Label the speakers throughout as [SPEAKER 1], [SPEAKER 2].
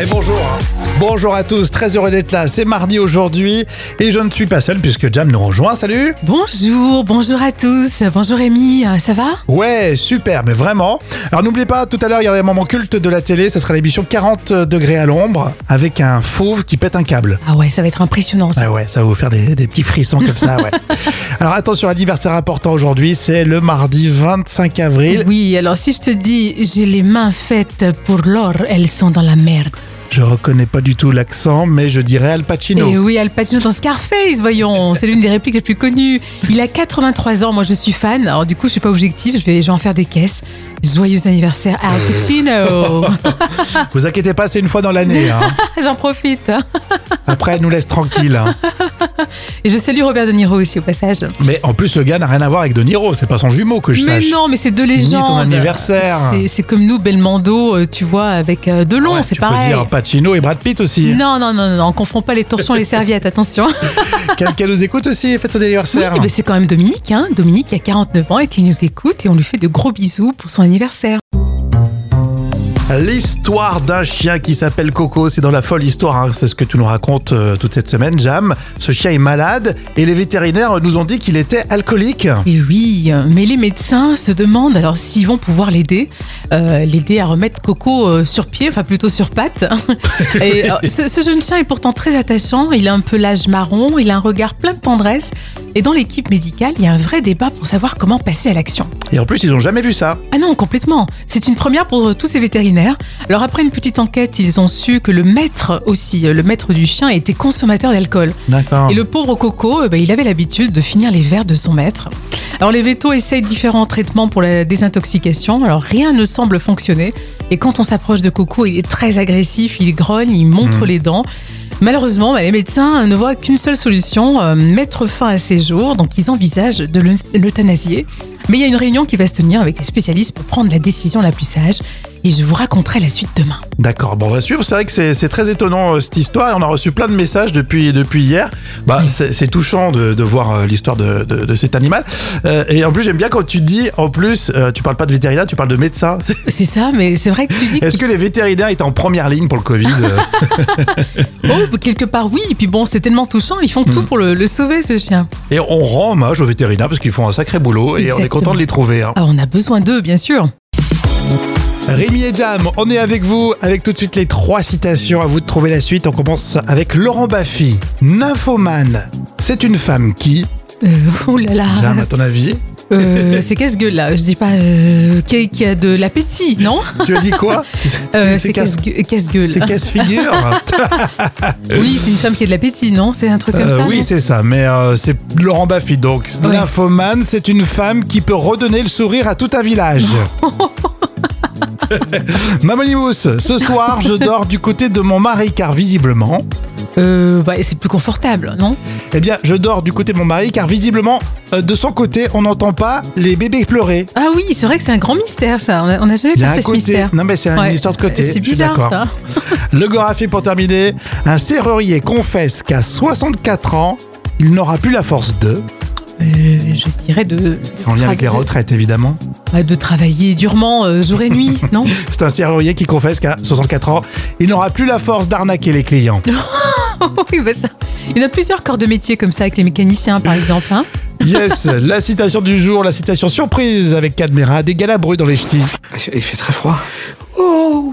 [SPEAKER 1] Et bonjour. hein. Bonjour à tous, très heureux d'être là. C'est mardi aujourd'hui et je ne suis pas seul puisque Jam nous rejoint. Salut
[SPEAKER 2] Bonjour, bonjour à tous. Bonjour Rémi, euh, ça va
[SPEAKER 1] Ouais, super, mais vraiment. Alors n'oubliez pas, tout à l'heure, il y a les moments cultes de la télé. Ça sera l'émission 40 degrés à l'ombre avec un fauve qui pète un câble.
[SPEAKER 2] Ah ouais, ça va être impressionnant ça.
[SPEAKER 1] Ah ouais, ça va vous faire des, des petits frissons comme ça, ouais. Alors attention, anniversaire important aujourd'hui, c'est le mardi 25 avril.
[SPEAKER 2] Oui, alors si je te dis j'ai les mains faites pour l'or, elles sont dans la merde.
[SPEAKER 1] Je reconnais pas du tout l'accent, mais je dirais Al Pacino.
[SPEAKER 2] Et oui, Al Pacino dans Scarface, voyons, c'est l'une des répliques les plus connues. Il a 83 ans, moi je suis fan, alors du coup je suis pas objective, je vais, je vais en faire des caisses. Joyeux anniversaire Al Pacino
[SPEAKER 1] Vous inquiétez pas, c'est une fois dans l'année. hein.
[SPEAKER 2] J'en profite. hein.
[SPEAKER 1] Après, elle nous laisse tranquille. hein.
[SPEAKER 2] Et je salue Robert De Niro aussi au passage.
[SPEAKER 1] Mais en plus, le gars n'a rien à voir avec De Niro. C'est pas son jumeau que je
[SPEAKER 2] Mais
[SPEAKER 1] sache.
[SPEAKER 2] non, mais c'est deux
[SPEAKER 1] ni son
[SPEAKER 2] légendes.
[SPEAKER 1] anniversaire.
[SPEAKER 2] C'est- C'est comme nous, Belmondo, euh, tu vois, avec euh, Delon,
[SPEAKER 1] Ouais,
[SPEAKER 2] c'est
[SPEAKER 1] tu peux
[SPEAKER 2] pareil.
[SPEAKER 1] dire Pacino et Brad Pitt aussi.
[SPEAKER 2] Non, non, non, non, non, on confond pas les torsions et les serviettes, attention.
[SPEAKER 1] Quelqu'un nous écoute aussi, faites son
[SPEAKER 2] Oui,
[SPEAKER 1] anniversaire.
[SPEAKER 2] mais c'est quand même Dominique, hein. Dominique qui a 49 ans et qui nous écoute et on lui fait de gros bisous pour son anniversaire.
[SPEAKER 1] L'histoire d'un chien qui s'appelle Coco, c'est dans la folle histoire, hein. c'est ce que tu nous racontes euh, toute cette semaine, Jam. Ce chien est malade et les vétérinaires nous ont dit qu'il était alcoolique.
[SPEAKER 2] Et oui, euh, mais les médecins se demandent alors s'ils vont pouvoir l'aider, euh, l'aider à remettre Coco euh, sur pied, enfin plutôt sur pattes. hein. et, euh, ce, ce jeune chien est pourtant très attachant, il a un pelage marron, il a un regard plein de tendresse. Et dans l'équipe médicale, il y a un vrai débat pour savoir comment passer à l'action.
[SPEAKER 1] Et en plus, ils n'ont jamais vu ça.
[SPEAKER 2] Ah non, complètement. C'est une première pour euh, tous ces vétérinaires. Alors après une petite enquête, ils ont su que le maître aussi, euh, le maître du chien, était consommateur d'alcool.
[SPEAKER 1] D'accord.
[SPEAKER 2] Et le pauvre Coco, eh ben, il avait l'habitude de finir les verres de son maître. Alors les vétos essayent différents traitements pour la désintoxication. Alors rien ne semble fonctionner. Et quand on s'approche de Coco, il est très agressif, il grogne, il montre les dents. Malheureusement, bah, les médecins ne voient qu'une seule solution, euh, mettre fin à ses jours. Donc ils envisagent de l'eut- l'euthanasier. Mais il y a une réunion qui va se tenir avec les spécialistes pour prendre la décision la plus sage. Et je vous raconterai la suite demain.
[SPEAKER 1] D'accord, bon, on va suivre. C'est vrai que c'est c'est très étonnant euh, cette histoire et on a reçu plein de messages depuis, depuis hier. Bah, c'est c'est touchant de, de voir euh, l'histoire de, de- de cet animal. Euh, et en plus, j'aime bien quand tu dis, en plus, euh, tu parles pas de vétérinaire, tu parles de médecin. C'est-
[SPEAKER 2] C'est ça, mais c'est vrai que tu dis que
[SPEAKER 1] Est-ce que les vétérinaires étaient en première ligne pour le Covid euh
[SPEAKER 2] Oh, quelque part oui, et puis bon, c'est tellement touchant, ils font
[SPEAKER 1] Hmm.
[SPEAKER 2] tout pour le, le sauver ce chien.
[SPEAKER 1] Et on rend hommage aux vétérinaires parce qu'ils font un sacré boulot et on est
[SPEAKER 2] Exactement.
[SPEAKER 1] content de les trouver. hein.
[SPEAKER 2] Ah, on a besoin d'eux, bien sûr.
[SPEAKER 1] Rémi et Jam, on est avec vous avec tout de suite les trois citations. À vous de trouver la suite. On commence avec Laurent Baffy. Nymphomane, c'est une femme qui,
[SPEAKER 2] Euh, ouh là là,
[SPEAKER 1] Jam, à ton avis
[SPEAKER 2] Euh, c'est casse-gueule là, je dis pas euh, qui, a, qui a de l'appétit, non
[SPEAKER 1] Tu as dit quoi
[SPEAKER 2] Euh,
[SPEAKER 1] C'est-
[SPEAKER 2] C'est
[SPEAKER 1] C'est casse-
[SPEAKER 2] casse-gueu- casse-gueule.
[SPEAKER 1] c'est casse-figure
[SPEAKER 2] oui, c'est une femme qui a de l'appétit, non C'est un truc comme
[SPEAKER 1] Euh,
[SPEAKER 2] ça
[SPEAKER 1] Oui,
[SPEAKER 2] non
[SPEAKER 1] c'est ça, mais euh, c'est Laurent Baffy. Donc,
[SPEAKER 2] Ouais.
[SPEAKER 1] nymphomane, c'est une femme qui peut redonner le sourire à tout un village. Mamonimous, ce soir, je dors du côté de mon mari, car visiblement...
[SPEAKER 2] Euh, bah, c'est plus confortable, non
[SPEAKER 1] Eh bien, je dors du côté de mon mari, car visiblement, euh, de son côté, on n'entend pas les bébés pleurer.
[SPEAKER 2] Ah oui, c'est vrai que c'est un grand mystère ça, on a, on a jamais
[SPEAKER 1] Il y a un
[SPEAKER 2] pensé à Ah, ce
[SPEAKER 1] côté.
[SPEAKER 2] mystère.
[SPEAKER 1] Non, mais c'est une
[SPEAKER 2] Ouais.
[SPEAKER 1] histoire de côté.
[SPEAKER 2] C'est
[SPEAKER 1] je suis
[SPEAKER 2] bizarre
[SPEAKER 1] d'accord.
[SPEAKER 2] ça.
[SPEAKER 1] Le Gorafi pour terminer. Un serrurier confesse qu'à 64 ans, il n'aura plus la force de.
[SPEAKER 2] Euh, je dirais de.
[SPEAKER 1] C'est en lien avec les retraites, évidemment.
[SPEAKER 2] Ouais, de travailler durement euh, jour et nuit, non
[SPEAKER 1] C'est un serrurier qui confesse qu'à 64 ans, il n'aura plus la force d'arnaquer les clients.
[SPEAKER 2] Oui, bah ça. Il y en a plusieurs corps de métier comme ça, avec les mécaniciens par exemple. hein.
[SPEAKER 1] Yes, la citation du jour, la citation surprise avec Cadmera, des galabrues dans les ch'tis.
[SPEAKER 3] Il fait très froid. Oh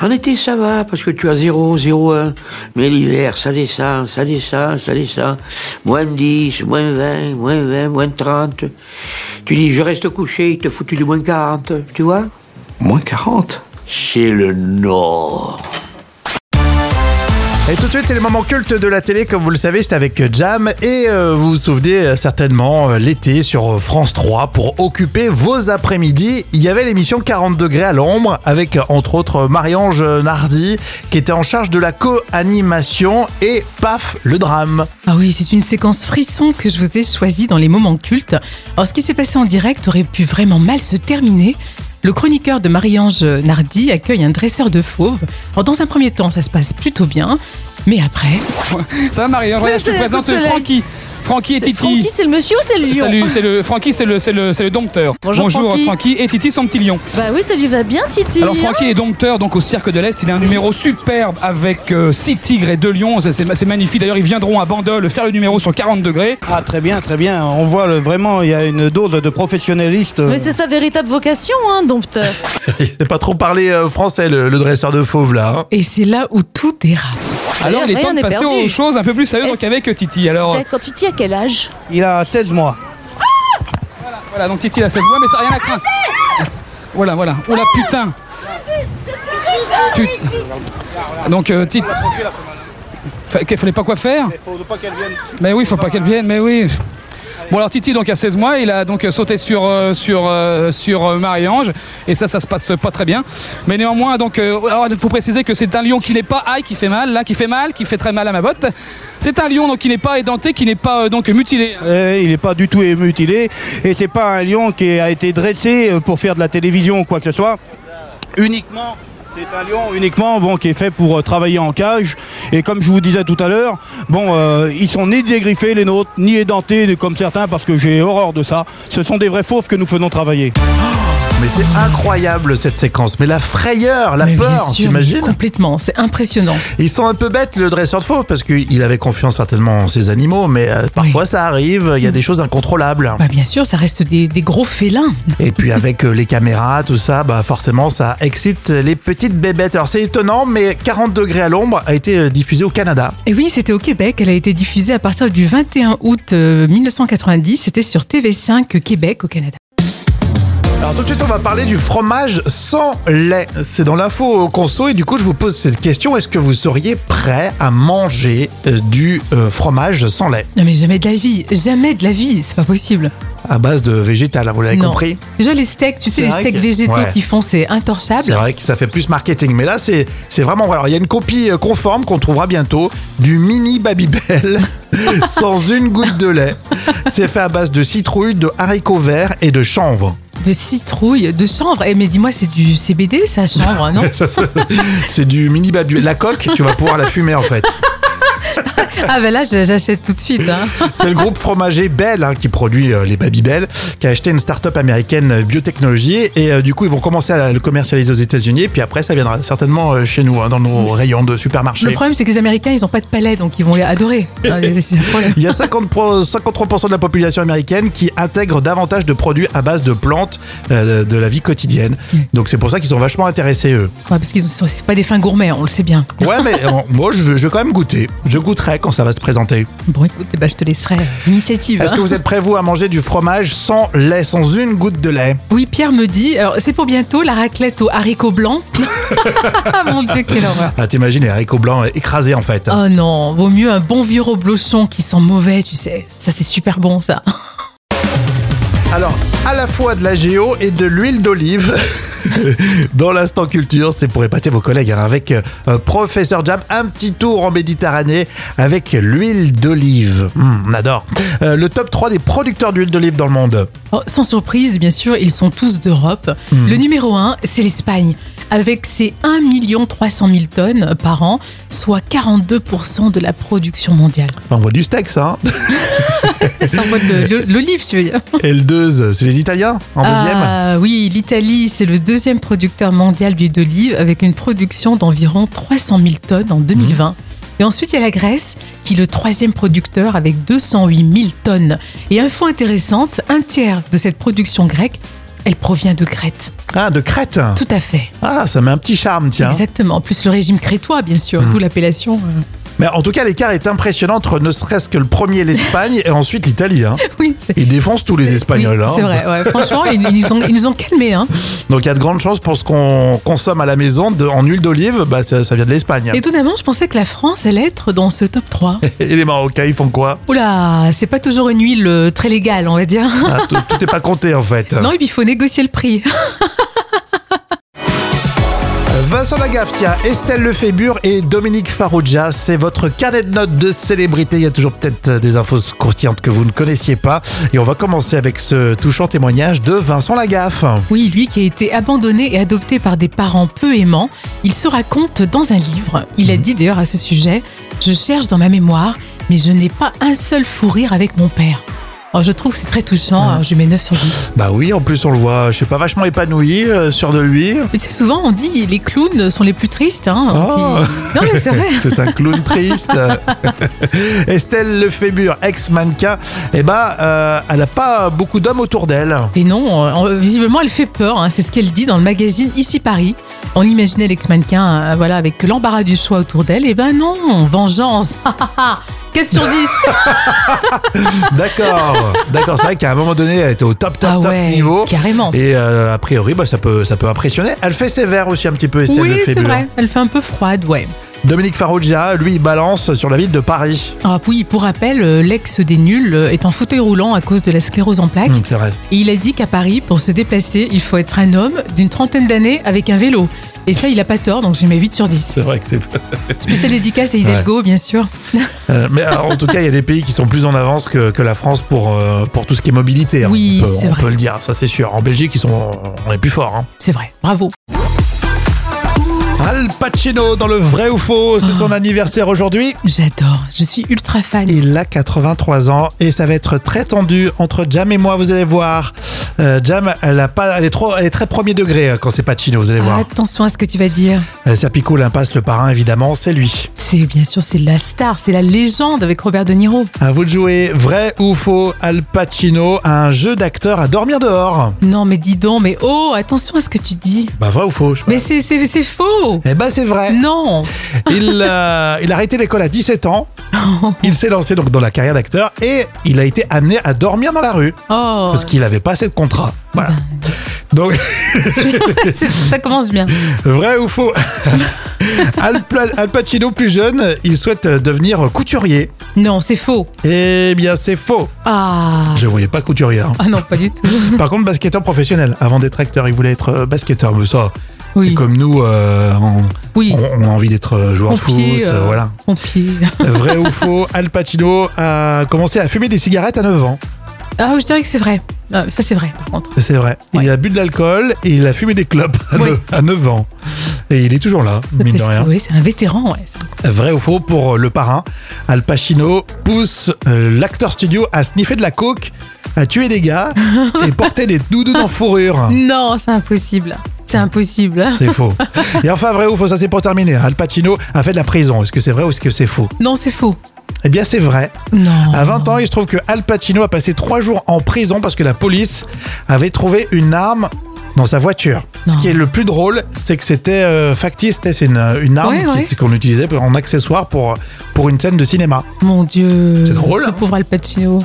[SPEAKER 3] En été, ça va, parce que tu as 0, 0, 1. Mais l'hiver, ça descend, ça descend, ça descend. Moins 10, moins 20, moins 20, moins 30. Tu dis, je reste couché, il te foutu du moins 40, tu vois
[SPEAKER 4] Moins 40
[SPEAKER 3] C'est le Nord.
[SPEAKER 1] Et tout de suite, c'est le moment culte de la télé, comme vous le savez, c'est avec Jam. Et euh, vous vous souvenez euh, certainement, euh, l'été sur euh, France 3, pour occuper vos après-midi, il y avait l'émission 40 degrés à l'ombre, avec euh, entre autres euh, Marie-Ange Nardi, qui était en charge de la co-animation, et paf, le drame.
[SPEAKER 2] Ah oui, c'est une séquence frisson que je vous ai choisie dans les moments cultes. Alors, ce qui s'est passé en direct aurait pu vraiment mal se terminer. Le chroniqueur de Marie-Ange Nardi accueille un dresseur de fauves. Alors, dans un premier temps, ça se passe plutôt bien. Mais après,
[SPEAKER 5] Ça va Marie, je, regarde, je te
[SPEAKER 6] c'est la
[SPEAKER 5] présente
[SPEAKER 6] coupe de soleil.
[SPEAKER 5] Francky.
[SPEAKER 4] Francky et
[SPEAKER 5] C'est-
[SPEAKER 4] Titi.
[SPEAKER 5] Francky, c'est le monsieur ou c'est le lion
[SPEAKER 4] Salut, c'est le Francky, c'est le, c'est le, c'est le dompteur.
[SPEAKER 5] Bonjour, Francky.
[SPEAKER 4] et Titi, son petit lion.
[SPEAKER 5] Bah oui, ça lui va bien, Titi.
[SPEAKER 4] Alors
[SPEAKER 5] hein
[SPEAKER 4] Francky est dompteur donc au Cirque de l'Est. Il a un numéro superbe avec 6 tigres et 2 lions. C'est- C'est c'est magnifique. D'ailleurs, ils viendront à Bandol faire le numéro sur 40 degrés.
[SPEAKER 6] Ah très bien, très bien. On voit le- vraiment, il y a une dose de professionnaliste.
[SPEAKER 5] hein.
[SPEAKER 4] euh,
[SPEAKER 5] Mais c'est sa véritable vocation, hein, dompteur.
[SPEAKER 1] Il sait pas trop parler euh, français, le, le dresseur de fauve là. hein.
[SPEAKER 2] Et c'est là où tout dérape.
[SPEAKER 4] Alors, il est
[SPEAKER 5] Ah, rien
[SPEAKER 4] temps de
[SPEAKER 5] n'est
[SPEAKER 4] passer
[SPEAKER 5] perdu.
[SPEAKER 4] aux choses un peu plus sérieuses
[SPEAKER 5] Est-ce-
[SPEAKER 4] donc avec Titi. Alors
[SPEAKER 5] Quand Titi a quel âge
[SPEAKER 6] Il a 16 mois.
[SPEAKER 4] voilà, donc Titi il a 16 mois, mais ça n'a rien à craindre. Voilà, voilà. Oh la putain. Putain. Donc euh, Titi. Fa- qu'il Fallait pas quoi faire Mais oui, faut pas qu'elle vienne, mais oui. Bon alors Titi donc à 16 mois, il a donc euh, sauté sur euh, sur euh, sur euh, Marie-Ange et ça ça se passe pas très bien. Mais néanmoins donc euh, alors il faut préciser que c'est un lion qui n'est pas aïe qui fait mal, là qui fait mal, qui fait très mal à ma botte. C'est un lion donc qui n'est pas édenté, qui n'est pas euh, donc mutilé.
[SPEAKER 6] Euh, il n'est pas du tout mutilé et c'est pas un lion qui a été dressé euh, pour faire de la télévision ou quoi que ce soit. Uniquement, c'est un lion uniquement bon, qui est fait pour euh, travailler en cage. Et comme je vous disais tout à l'heure, bon, euh, ils sont ni dégriffés les nôtres, ni édentés comme certains parce que j'ai horreur de ça. Ce sont des vrais fauves que nous faisons travailler.
[SPEAKER 1] Mais c'est incroyable cette séquence. Mais la frayeur, la
[SPEAKER 2] Mais bien
[SPEAKER 1] peur,
[SPEAKER 2] sûr, mais
[SPEAKER 1] t'imagines
[SPEAKER 2] Complètement, c'est impressionnant.
[SPEAKER 1] Ils sont un peu bêtes, le dresseur de fauve, parce qu'il avait confiance certainement en ses animaux, mais euh, parfois ça arrive, il y a des choses incontrôlables.
[SPEAKER 2] Bah, bien sûr, ça reste des, des gros félins.
[SPEAKER 1] Et puis avec euh, les caméras, tout ça, bah forcément ça excite les petites bébêtes. Alors c'est étonnant, mais 40 degrés à l'ombre a été euh, diffusé au Canada.
[SPEAKER 2] Et oui, c'était au Québec. Elle a été diffusée à partir du 21 août euh, 1990. C'était sur TV5 Québec au Canada.
[SPEAKER 1] Alors tout de suite on va parler du fromage sans lait. C'est dans l'info au conso et du coup je vous pose cette question, est-ce que vous seriez prêt à manger euh, du euh, fromage sans lait
[SPEAKER 2] Non mais jamais de la vie, jamais de la vie, c'est pas possible.
[SPEAKER 1] À base de végétal, hein, vous l'avez
[SPEAKER 2] Non.
[SPEAKER 1] compris
[SPEAKER 2] Déjà les steaks, tu sais,
[SPEAKER 1] C'est
[SPEAKER 2] les
[SPEAKER 1] vrai
[SPEAKER 2] steaks
[SPEAKER 1] que-
[SPEAKER 2] végétaux
[SPEAKER 1] Ouais.
[SPEAKER 2] qui font, c'est intorchable.
[SPEAKER 1] C'est vrai que ça fait plus marketing, mais là c'est c'est vraiment voilà. Il y a une copie euh, conforme qu'on trouvera bientôt du mini Babybel sans une goutte de lait. C'est fait à base de citrouille, de haricots verts et de chanvre.
[SPEAKER 2] De citrouille, de chanvre. Eh mais dis-moi, c'est du CBD ça, chanvre, non
[SPEAKER 1] Ça, ça, c'est du mini Babybel. La coque, tu vas pouvoir la fumer en fait.
[SPEAKER 2] Ah ben là, je- j'achète tout de suite. hein.
[SPEAKER 1] C'est le groupe fromager Bell hein, qui produit euh, les Babybel, qui a acheté une start-up américaine euh, biotechnologie et euh, du coup ils vont commencer à le commercialiser aux États-Unis et puis après ça viendra certainement euh, chez nous hein, dans nos rayons de
[SPEAKER 2] Le
[SPEAKER 1] supermarché.
[SPEAKER 2] problème, c'est que les Américains, ils ont pas de palais, donc ils vont les adorer. Ah, c'est le problème.
[SPEAKER 1] Il y a 50 pro- 53% de la population américaine qui intègre davantage de produits à base de plantes euh, de la vie quotidienne. Donc c'est pour ça qu'ils sont vachement intéressés eux.
[SPEAKER 2] Ouais, parce qu'ils sont c'est pas des fins gourmets, on le sait bien.
[SPEAKER 1] Ouais, mais euh, moi je, vais- je vais quand même goûter. Je goûterai quand ça va se présenter.
[SPEAKER 2] Bon, écoute, eh ben, je te laisserai l'initiative.
[SPEAKER 1] Est-ce
[SPEAKER 2] hein.
[SPEAKER 1] que vous êtes prêts vous à manger du fromage sans lait, sans une goutte de lait
[SPEAKER 2] Oui, Pierre me dit, alors c'est pour bientôt la raclette aux haricots blancs. Mon Dieu, quelle horreur.
[SPEAKER 1] Ah t'imagines les haricots blancs écrasés en fait. hein.
[SPEAKER 2] Oh non, vaut mieux un bon vieux reblochon qui sent mauvais, tu sais. Ça, c'est super bon, ça.
[SPEAKER 1] Alors à la fois de la géo et de l'huile d'olive. Dans l'instant culture, c'est pour épater vos collègues hein, avec euh, Professeur Jam, un petit tour en Méditerranée avec l'huile d'olive. Hum, on adore. Euh, le top 3 des producteurs d'huile d'olive dans le monde.
[SPEAKER 2] Oh, sans surprise, bien sûr, ils sont tous d'Europe. Le numéro 1, c'est l'Espagne, avec ses 1 300 000 tonnes par an, soit 42% de la production mondiale.
[SPEAKER 1] Enfin, on voit du steak ça. hein.
[SPEAKER 2] Ça envoie de l'o- l'olive, tu veux dire
[SPEAKER 1] Et le 2, hein. c'est les Italiens en deuxième.
[SPEAKER 2] Ah oui, l'Italie, c'est le deuxième producteur mondial d'huile d'olive avec une production d'environ 300 000 tonnes en 2020. Et ensuite, il y a la Grèce, qui est le troisième producteur avec 208 000 tonnes. Et info intéressante, un tiers de cette production grecque, elle provient de Crète.
[SPEAKER 1] Ah, de Crète.
[SPEAKER 2] Tout à fait.
[SPEAKER 1] Ah, ça met un petit charme, tiens. Hum.
[SPEAKER 2] Exactement. Plus le régime crétois, bien sûr, d'où l'appellation. euh.
[SPEAKER 1] Mais en tout cas, l'écart est impressionnant entre ne serait-ce que le premier, l'Espagne, et ensuite l'Italie. hein.
[SPEAKER 2] Oui, c'est-
[SPEAKER 1] Ils défoncent tous les Espagnols.
[SPEAKER 2] oui,
[SPEAKER 1] hein.
[SPEAKER 2] c'est vrai. ouais. Franchement, ils, ils nous ont, ils nous ont calmés. hein.
[SPEAKER 1] Donc il y a de grandes chances pour ce qu'on consomme à la maison de- en huile d'olive, bah, ça, ça vient de l'Espagne.
[SPEAKER 2] Étonnamment, je pensais que la France allait être dans ce top 3.
[SPEAKER 1] Et les Marocains, ils font quoi
[SPEAKER 2] Oula, c'est pas toujours une huile euh, très légale, on va dire.
[SPEAKER 1] Ah, tout, tout est pas compté en fait.
[SPEAKER 2] Non, et puis il faut négocier le prix.
[SPEAKER 1] Vincent Lagaffe, tiens, Estelle Lefébure et Dominique Farrugia, c'est votre carnet de notes de célébrité. Il y a toujours peut-être euh, des infos croustillantes que vous ne connaissiez pas. Et on va commencer avec ce touchant témoignage de Vincent Lagaffe.
[SPEAKER 2] Oui, lui qui a été abandonné et adopté par des parents peu aimants, il se raconte dans un livre. Il a dit d'ailleurs à ce sujet Je cherche dans ma mémoire mais je n'ai pas un seul fou rire avec mon père. Alors, je trouve que c'est très touchant, alors je lui mets 9 sur 10.
[SPEAKER 1] Bah oui, en plus on le voit, je sais pas, vachement épanoui, euh, sûr de lui.
[SPEAKER 2] Mais tu sais, souvent on dit les clowns sont les plus tristes. hein,
[SPEAKER 1] Oh.
[SPEAKER 2] qui- Non, mais c'est vrai.
[SPEAKER 1] C'est un clown triste. Estelle Lefébure, ex-mannequin, eh ben, euh, elle a pas beaucoup d'hommes autour d'elle.
[SPEAKER 2] Et non, euh, euh, visiblement elle fait peur, hein, c'est ce qu'elle dit dans le magazine Ici Paris. On imaginait l'ex-mannequin euh, voilà, avec l'embarras du choix autour d'elle, et ben non, vengeance 4 sur 10
[SPEAKER 1] D'accord, d'accord. C'est vrai qu'à un moment donné, elle était au top, top,
[SPEAKER 2] Ah
[SPEAKER 1] top
[SPEAKER 2] ouais,
[SPEAKER 1] niveau.
[SPEAKER 2] carrément.
[SPEAKER 1] Et euh, a priori, bah, ça peut, ça peut impressionner. Elle fait sévère aussi un petit peu, Estelle
[SPEAKER 2] Oui, c'est
[SPEAKER 1] Lefébure.
[SPEAKER 2] vrai, elle fait un peu froide, ouais.
[SPEAKER 1] Dominique Farrugia, lui, il balance sur la ville de Paris.
[SPEAKER 2] Ah oui, pour rappel, euh, l'ex des nuls euh, est en fauteuil roulant à cause de la sclérose en plaques.
[SPEAKER 1] Hum, c'est vrai.
[SPEAKER 2] Et il a dit qu'à Paris, pour se déplacer, il faut être un homme d'une trentaine d'années avec un vélo. Et ça, il a pas tort, donc je lui mets 8 sur 10.
[SPEAKER 1] C'est vrai que c'est.
[SPEAKER 2] Spécial dédicace à Hidalgo, bien sûr.
[SPEAKER 1] Euh, mais alors, en tout cas, il y a des pays qui sont plus en avance que, que la France pour, euh, pour tout ce qui est mobilité. hein.
[SPEAKER 2] Oui,
[SPEAKER 1] on peut,
[SPEAKER 2] c'est
[SPEAKER 1] on
[SPEAKER 2] vrai.
[SPEAKER 1] peut le dire, ça c'est sûr. En Belgique, ils sont, on est plus fort. Hein.
[SPEAKER 2] C'est vrai, bravo.
[SPEAKER 1] Al Pacino dans le vrai ou faux, c'est son anniversaire aujourd'hui.
[SPEAKER 2] J'adore, je suis ultra fan.
[SPEAKER 1] Il a 83 ans et ça va être très tendu entre Jam et moi, vous allez voir. Euh, Jam, elle, a pas, elle, est trop, elle est très premier degré euh, quand c'est Pacino, vous allez voir.
[SPEAKER 2] Ah, Attention à ce que tu vas dire.
[SPEAKER 1] Euh, Serpico l'impasse, le parrain, évidemment, c'est lui.
[SPEAKER 2] C'est bien sûr, c'est la star, c'est la légende avec Robert De Niro.
[SPEAKER 1] À vous de jouer, vrai ou faux, Al Pacino, un jeu d'acteur à dormir dehors.
[SPEAKER 2] Non, mais dis donc, mais oh, attention à ce que tu dis.
[SPEAKER 1] Bah, vrai ou faux, je sais pas.
[SPEAKER 2] Mais c'est, c'est, c'est faux.
[SPEAKER 1] Eh ben, c'est vrai.
[SPEAKER 2] Non.
[SPEAKER 1] Il, euh, il a arrêté l'école à 17 ans. Il s'est lancé donc dans la carrière d'acteur et il a été amené à dormir dans la rue
[SPEAKER 2] Oh,
[SPEAKER 1] parce qu'il n'avait pas assez de contrat. Voilà. Donc,
[SPEAKER 2] c'est- ça commence bien.
[SPEAKER 1] vrai ou faux Al, Pla- Al Pacino, plus jeune, il souhaite devenir couturier.
[SPEAKER 2] Non, c'est faux.
[SPEAKER 1] Eh bien, c'est faux.
[SPEAKER 2] Ah.
[SPEAKER 1] Je ne voyais pas couturier. hein.
[SPEAKER 2] Ah non, pas du tout.
[SPEAKER 1] Par contre, basketteur professionnel. Avant d'être acteur, il voulait être euh, basketteur. Mais ça,
[SPEAKER 2] Oui.
[SPEAKER 1] c'est comme nous, euh, on,
[SPEAKER 2] Oui.
[SPEAKER 1] on- on a envie d'être euh, joueur de foot.
[SPEAKER 2] Pompier,
[SPEAKER 1] euh,
[SPEAKER 2] euh,
[SPEAKER 1] voilà.
[SPEAKER 2] pompier.
[SPEAKER 1] Vrai ou faux, Al Pacino a commencé à fumer des cigarettes à 9 ans.
[SPEAKER 2] Ah, je dirais que c'est vrai. Ah, ça, c'est vrai, par contre.
[SPEAKER 1] C'est vrai.
[SPEAKER 2] Ouais.
[SPEAKER 1] Il a bu de l'alcool et il a fumé des clopes à,
[SPEAKER 2] Oui.
[SPEAKER 1] 9, ans. Et il est toujours là, mine de
[SPEAKER 2] Parce que,
[SPEAKER 1] rien.
[SPEAKER 2] oui, c'est un vétéran, ouais.
[SPEAKER 1] Vrai ou faux pour euh, le parrain, Al Pacino pousse euh, l'acteur studio à sniffer de la coke, à tuer des gars et porter des doudous en fourrure.
[SPEAKER 2] Non, c'est impossible. C'est impossible.
[SPEAKER 1] C'est faux. Et enfin, vrai ou faux, ça c'est pour terminer. Al Pacino a fait de la prison. Est-ce que c'est vrai ou est-ce que c'est faux
[SPEAKER 2] Non, c'est faux.
[SPEAKER 1] Eh bien, c'est vrai.
[SPEAKER 2] Non.
[SPEAKER 1] À 20 ans, il se trouve que Al Pacino a passé trois jours en prison parce que la police avait trouvé une arme dans sa voiture. Ce
[SPEAKER 2] Non.
[SPEAKER 1] qui est le plus drôle, c'est que c'était euh, factice, c'était- c'est une, une arme
[SPEAKER 2] Ouais, ouais.
[SPEAKER 1] qui- qu'on utilisait en accessoire pour, pour une scène de cinéma.
[SPEAKER 2] Mon Dieu.
[SPEAKER 1] C'est drôle,
[SPEAKER 2] Ce
[SPEAKER 1] hein.
[SPEAKER 2] pauvre Al Pacino.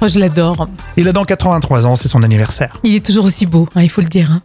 [SPEAKER 2] Oh, je l'adore.
[SPEAKER 1] Il a donc 83 ans, c'est son anniversaire.
[SPEAKER 2] Il est toujours aussi beau, hein, il faut le dire. hein.